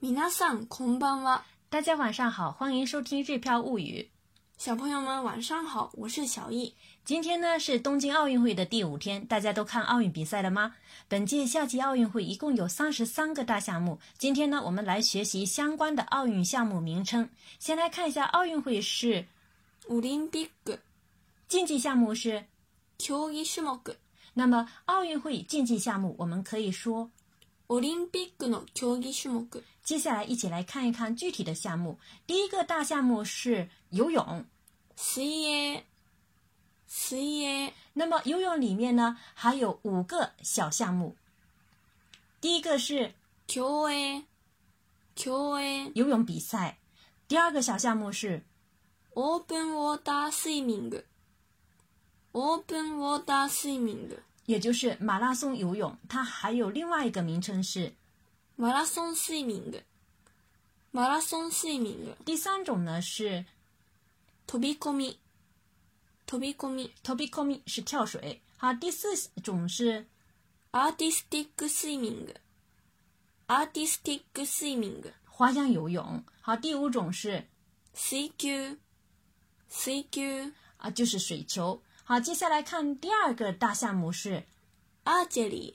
皆さんこんばんは，大家晚上好，欢迎收听《日飘物语》。小朋友们晚上好，我是小易。今天呢是东京奥运会的第五天，大家都看奥运比赛了吗？本届夏季奥运会一共有三十三个大项目。今天呢，我们来学习相关的奥运项目名称。先来看一下奥运会是オリンピック竞技项目是，競技種目、那么奥运会竞技项目我们可以说。オリンピックの競技種目。接下来一起来看一看具体的项目。第一个大项目是游泳，水泳、水泳、那么游泳里面呢还有五个小项目。第一个是競泳、競泳、游泳比赛，第二个小项目是オープンウォータースイミング、オープンウォータースイミング、也就是马拉松游泳，它还有另外一个名称是。マラソンスイミング、マラソンスイミング、第三种呢是飛び込み、飛び込み、 t o b i k o m i 是跳水，好，第四种是アーティスティックスイミング、アーティスティックスイミング、花样游泳，好，第五种是水球、水球、啊就是水球，好，接下来看第二个大项目是アーチェリー、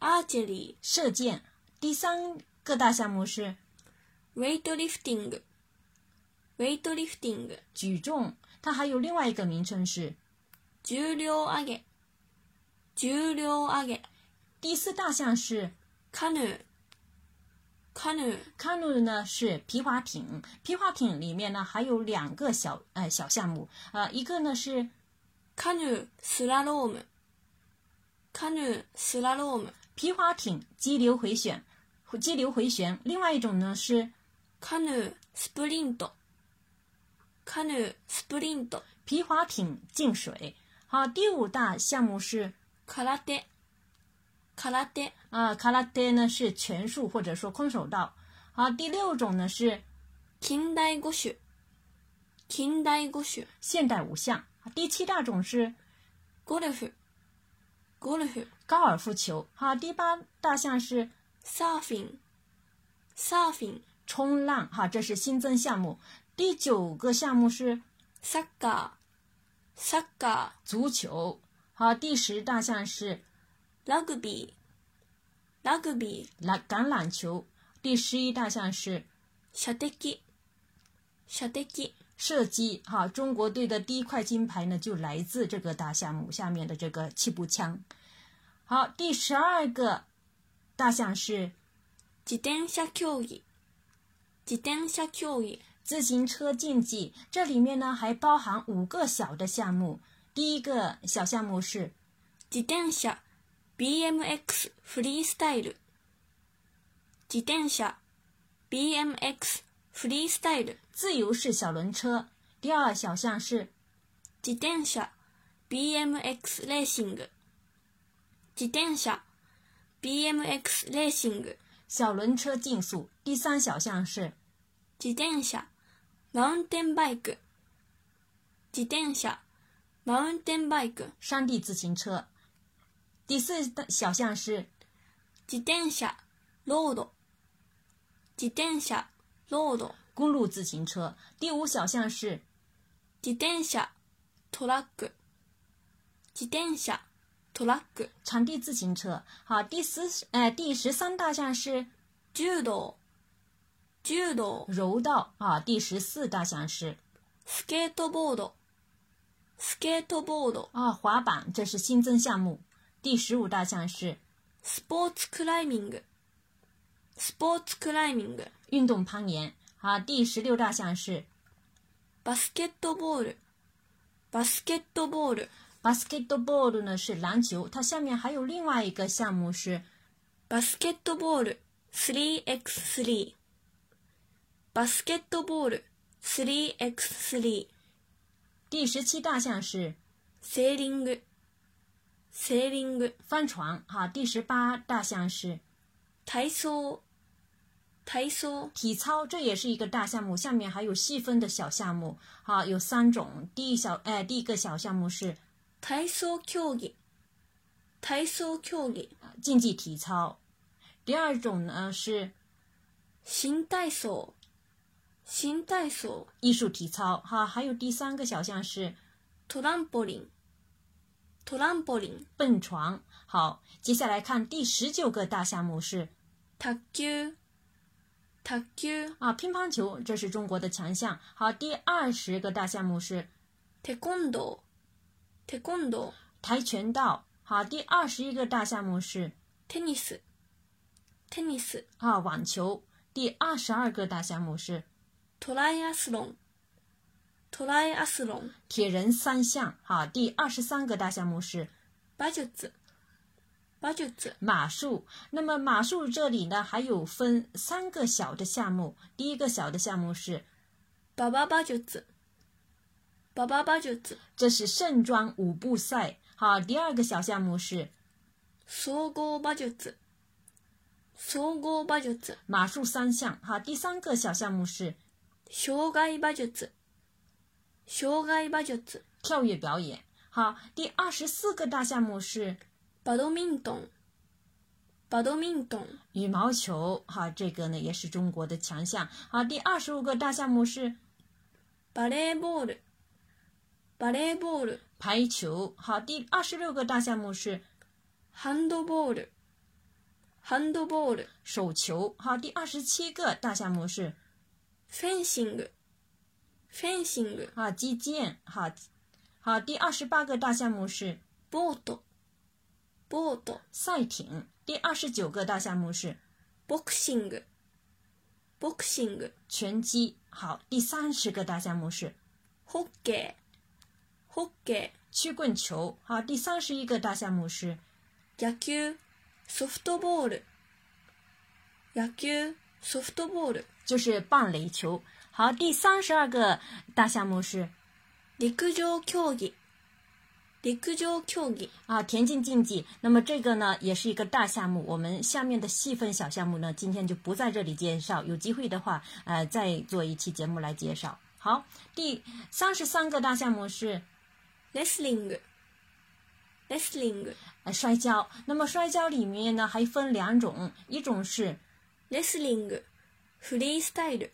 アーチェリ射箭，第三个大项目是ー、ウェイトリフティング、ウェイトリフティング、举重，它还有另外一个名称是。重量上げ、重量上げ、第四大项是カヌー、カヌー、 canoe 呢是皮划艇，皮划艇里面呢还有两个小呃小项目，呃一个呢是カヌー、スラローム、カヌー、スラローム、皮划艇激流回旋，激流回旋，另外一种呢是カヌー、スプリント、カヌー、スプリント、皮划艇进水。好，第五大项目是空手、空手、啊卡拉德呢是拳术或者说空手道。好，第六种呢是近代五種、近代五種、现代五项。第七大种是ゴルフ、ゴルフ、高尔夫球。好，第八大项是サーフィン、サーフィン、冲浪。哈，这是新增项目。第九个项目是サッカー、サッカ足球。好，第十大项是ー、ラグビー、ラグビー、篮橄榄球。第十一大项是射的、射的、射击。哈，中国队的第一块金牌呢，就来自这个大项目下面的这个气步枪。好，第十二个大项是自転車競技、自転車競技、自行车竞技，这里面呢还包含五个小的项目。第一个小项目是自転車、BMX フリースタイル、自転車、BMX フリースタイル、自由式小轮车，第二小项是自転車 BMX レーシング自転車 BMX レーシング小轮车竞速，第三小项是自転車マウンテンバイク自転車マウンテンバイク山地自行车，第四大小项是自転車ロード自転車ロード公路自行车，第五小项是自転車トラック自転車トラック场地自行车。好，第十呃第十三大项是柔道柔道柔道啊，第十四大项是スケートボードスケートボード啊滑板，这是新增项目。第十五大项是スポーツクライミング。スポーツクライミング。运动攀岩啊，第十六大项是バスケットボール。バスケットボール。 basketball 呢是篮球，它下面还有另外一个项目是バスケットボール。3x3。バスケットボール。3x3。第十七大项是セーリング。セーリング。帆船哈、啊，第十八大项是体操。体操。体操，这也是一个大项目，下面还有细分的小项目好、啊，有三种。第一小呃第一个小项目是体操競技。体操競技。呃竞技体操，第二种呢是新体操、新体操、艺术体操哈。还有第三个小项是トランポリン、トランポリン、蹦床。好，接下来看第十九个大项目是卓球、卓球、啊乒乓球，这是中国的强项。好，第二十个大项目是テコンドー、テコンドー、跆拳道。好，第二十一个大项目是テニス、テニス、啊网球。第二十二个大项目是トライアスロン、トライアスロン、铁人三项。好，第二十三个大项目是馬術、馬術、马术。那么马术这里呢，还有分三个小的项目。第一个小的项目是，馬場馬術、馬場馬術、这是盛装舞步赛。好，第二个小项目是総合馬術、総合馬術、马术三项。好，第三个小项目是障害馬術、障害馬術、跳跃表演。好，第二十四个大项目是バドミントン、バドミントン、羽毛球。好，这个呢也是中国的强项。好，第二十五个大项目是バレーボール、バレーボール、排球。好，第二十六个大项目是ハンドボール、ハンドボール、手球。好，第二十七个大项目是フェンシング、フェンシング、啊击剑。好，好，第二十八个大项目是ボート、ボート、赛艇。第二十九个大项目是ボクシング、ボクシング、拳击。好，第三十个大项目是ホッケー、ホッケ曲棍球。好，第三十一个大项目是ー、野球、ソフトボール、野球、ソフトボール、就是棒垒球。好，第三十二个大项目是陸上競技、陸上競技、啊田径竞技。那么这个呢也是一个大项目，我们下面的细分小项目呢，今天就不在这里介绍，有机会的话，呃，再做一期节目来介绍。好，第三十三个大项目是レスリング、レスリング、呃摔跤。那么摔跤里面呢还分两种，一种是レスリング、フリースタイル、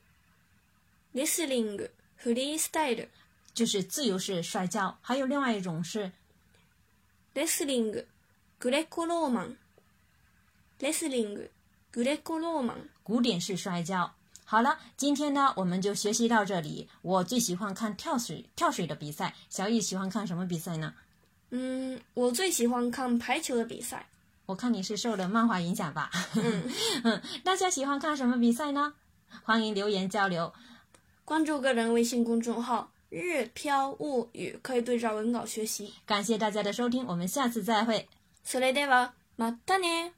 レスリング、フリースタイル、就是自由式摔跤，还有另外一种是レスリング、グレコローマン、レスリング、グレコローマン、古典式摔跤。好了，今天呢我们就学习到这里。我最喜欢看跳水跳水的比赛，小易喜欢看什么比赛呢？嗯，我最喜欢看排球的比赛。我看你是受了漫画影响吧？ 嗯，大家喜欢看什么比赛呢？欢迎留言交流。关注个人微信公众号“日飘物语”，可以对照文稿学习。感谢大家的收听，我们下次再会。それでは、またね。